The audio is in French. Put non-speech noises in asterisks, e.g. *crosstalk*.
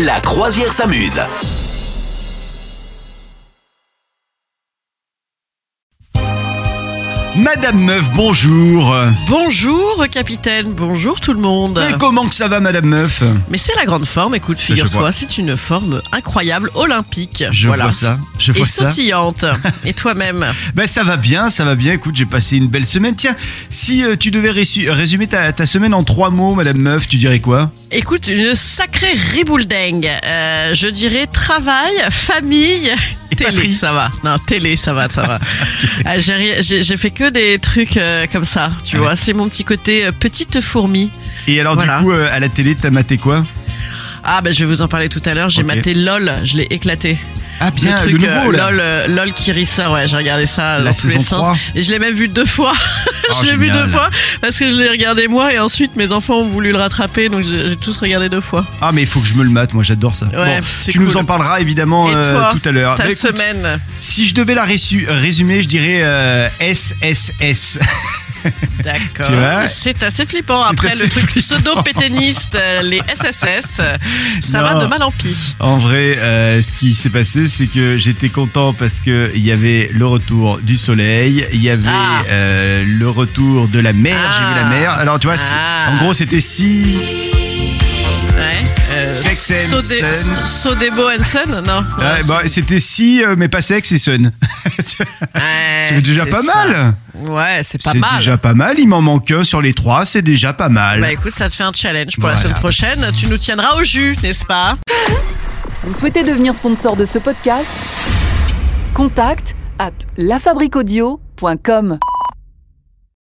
La croisière s'amuse. Madame Meuf, bonjour. Bah. Bonjour capitaine, bonjour tout le monde. Et comment que ça va, Madame Meuf Mais c'est la grande forme, écoute, vois. figure-toi, c'est une forme incroyable, olympique. Je Voilà. vois ça. Je Et vois ça. *laughs* sautillante. Et toi-même Ben ça va bien, ça va bien. Écoute, j'ai passé une belle semaine. Tiens, si euh, tu devais résu- résumer ta, ta semaine en trois mots, Madame Meuf, tu dirais quoi Écoute, une sacrée ribouldingue. Euh, je dirais travail, famille. Et télé, patrie. ça va. Non, télé, ça va, *laughs* ça va. Ah, j'ai ri- J'ai j'ai fait que des trucs euh, comme ça, tu Ouais. vois. C'est mon petit côté euh, petite fourmi. Et alors Voilà. du coup, euh, à la télé, t'as maté quoi Ah ben je vais vous en parler tout à l'heure. J'ai Ok. maté LOL, je l'ai éclaté. Ah bien, le truc nouveau euh, là. LOL, euh, LOL qui ressort, ouais, j'ai regardé ça La dans tous les saison sens. 3. Et je l'ai même vu deux fois. *laughs* Oh, *laughs* je l'ai vu génial. deux fois parce que je l'ai regardé moi et ensuite mes enfants ont voulu le rattraper, donc je- j'ai tous regardé deux fois. Ah mais il faut que je me le mate, moi j'adore ça. Ouais, Bon, c'est tu nous cool. en parleras évidemment Et euh, toi, tout à l'heure. Ta Ben, écoute, semaine. *laughs* si je devais la résu- résumer, je dirais euh, SSS. D'accord. Tu vois C'est assez flippant. C'est Après assez le truc flippant. pseudo-pétainiste, *laughs* euh, les SSS, euh, ça Non. va de mal en pis. En vrai, euh, ce qui s'est passé, c'est que j'étais content parce que il y avait le retour du soleil, il y avait Ah. euh, le retour de la mer. J'ai vu la Ah. mer. Alors tu vois, c'est- Ah. en gros, c'était si. Ouais. Euh, Sex and Sodé- Sun. Sodebo and Sun *laughs* Non. Ah, Ouais, bah, c'était si, euh, mais pas sexe et *laughs* sun. ouais, c'est déjà pas ça. mal. Ouais, c'est pas C'est mal. déjà pas mal. Il m'en manque un sur les trois. C'est déjà pas mal. Bah écoute, ça te fait un challenge pour Voilà. la semaine prochaine. Tu nous tiendras au jus, n'est-ce pas Vous souhaitez devenir sponsor de ce podcast Contact à lafabriquaudio.com.